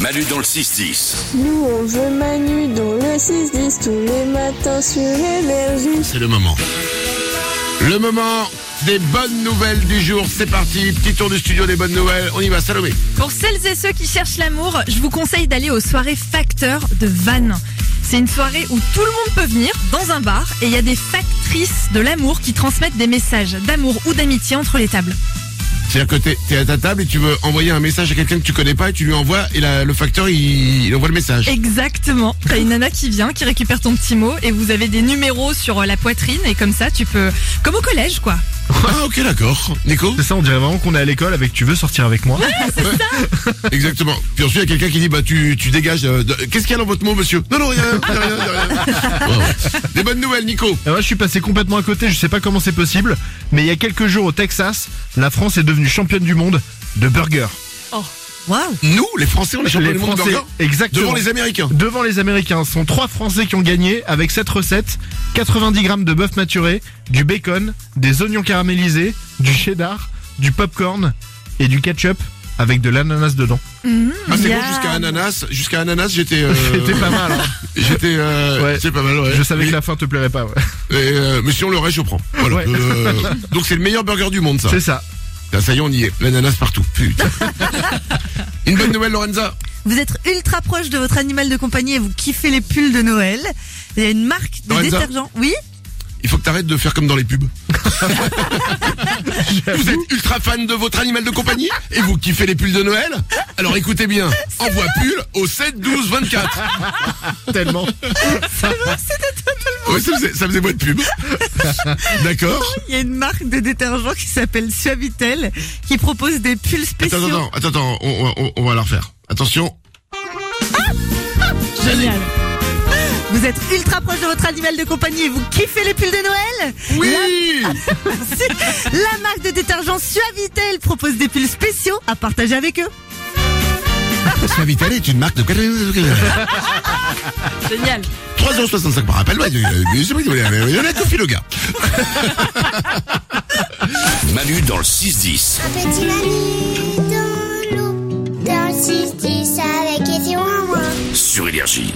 Manu dans le 6-10. Nous on veut Manu dans le 6-10 tous les matins sur Énergie. C'est le moment. Le moment des bonnes nouvelles du jour. C'est parti. Petit tour du studio des bonnes nouvelles. On y va, Salomé. Pour celles et ceux qui cherchent l'amour, je vous conseille d'aller aux soirées Facteur de Vannes. C'est une soirée où tout le monde peut venir dans un bar et il y a des factrices de l'amour qui transmettent des messages d'amour ou d'amitié entre les tables. C'est-à-dire que t'es es à ta table et tu veux envoyer un message à quelqu'un que tu connais pas et tu lui envoies et la- le facteur il, il envoie le message. Exactement. T'as une nana qui vient, qui récupère ton petit mot et vous avez des numéros sur euh, la poitrine et comme ça tu peux, comme au collège quoi. Ah ok d'accord. Nico C'est ça, on dirait vraiment qu'on est à l'école avec tu veux sortir avec moi. Exactement. Puis ensuite il y a quelqu'un qui dit bah tu, tu dégages. euh, de- Qu'est-ce qu'il y a dans votre mot monsieur Non non rien. rien, rien, rien. Ouais, ouais. Des bonnes nouvelles Nico. Et moi, je suis passé complètement à côté, je sais pas comment c'est possible, mais il y a quelques jours au Texas, la France est devenue championne du monde de burger. Waouh. Nous les Français on est champions du monde de Français, burger exactement. devant les Américains. Devant les Américains, ce sont trois Français qui ont gagné avec cette recette 90 grammes de bœuf maturé, du bacon, des oignons caramélisés, du cheddar, du popcorn et du ketchup avec de l'ananas dedans. Ah c'est bon Miam. jusqu'à ananas. Jusqu'à ananas j'étais. euh, C'était pas mal. hein. J'étais. euh, Ouais. j'étais pas mal. ouais. Je savais Mais- que la fin te plairait pas. ouais. Et, euh, mais si on l'aurait, je prends. Voilà. Ouais. Euh, donc c'est le meilleur burger du monde, ça. C'est ça. Ah, Ça y est, on y est. L'ananas partout. Putain. Une bonne nouvelle, Lorenza. Vous êtes ultra proche de votre animal de compagnie et vous kiffez les pulls de Noël. Il y a une marque de Lorenza. détergent. Oui Il faut que t'arrêtes de faire comme dans les pubs. vous êtes ultra fan de votre animal de compagnie et vous kiffez les pulls de Noël Alors écoutez bien, envoie pull au 7 12 24. Tellement. Oui, ça faisait, ça faisait boîte pub. D'accord. Oh, Il y a une marque de détergent qui s'appelle Suavitel qui propose des pulls spéciaux. Attends, attends, attends, attends, on, on- on va la refaire. Attention. Ah, Génial. Vous êtes ultra proche de votre animal de compagnie et vous kiffez les pulls de Noël Oui. La- La marque de détergent Suavitel propose des pulls spéciaux à partager avec eux. Suavitel est une marque de Génial. 3,65€ par appel. Ouais, euh, je sais pas, euh, il y en a tout pile au gars. Manu dans le 6-10. Un petit Manu dans l'eau, dans le 6-10 avec et moi. Sur Énergie.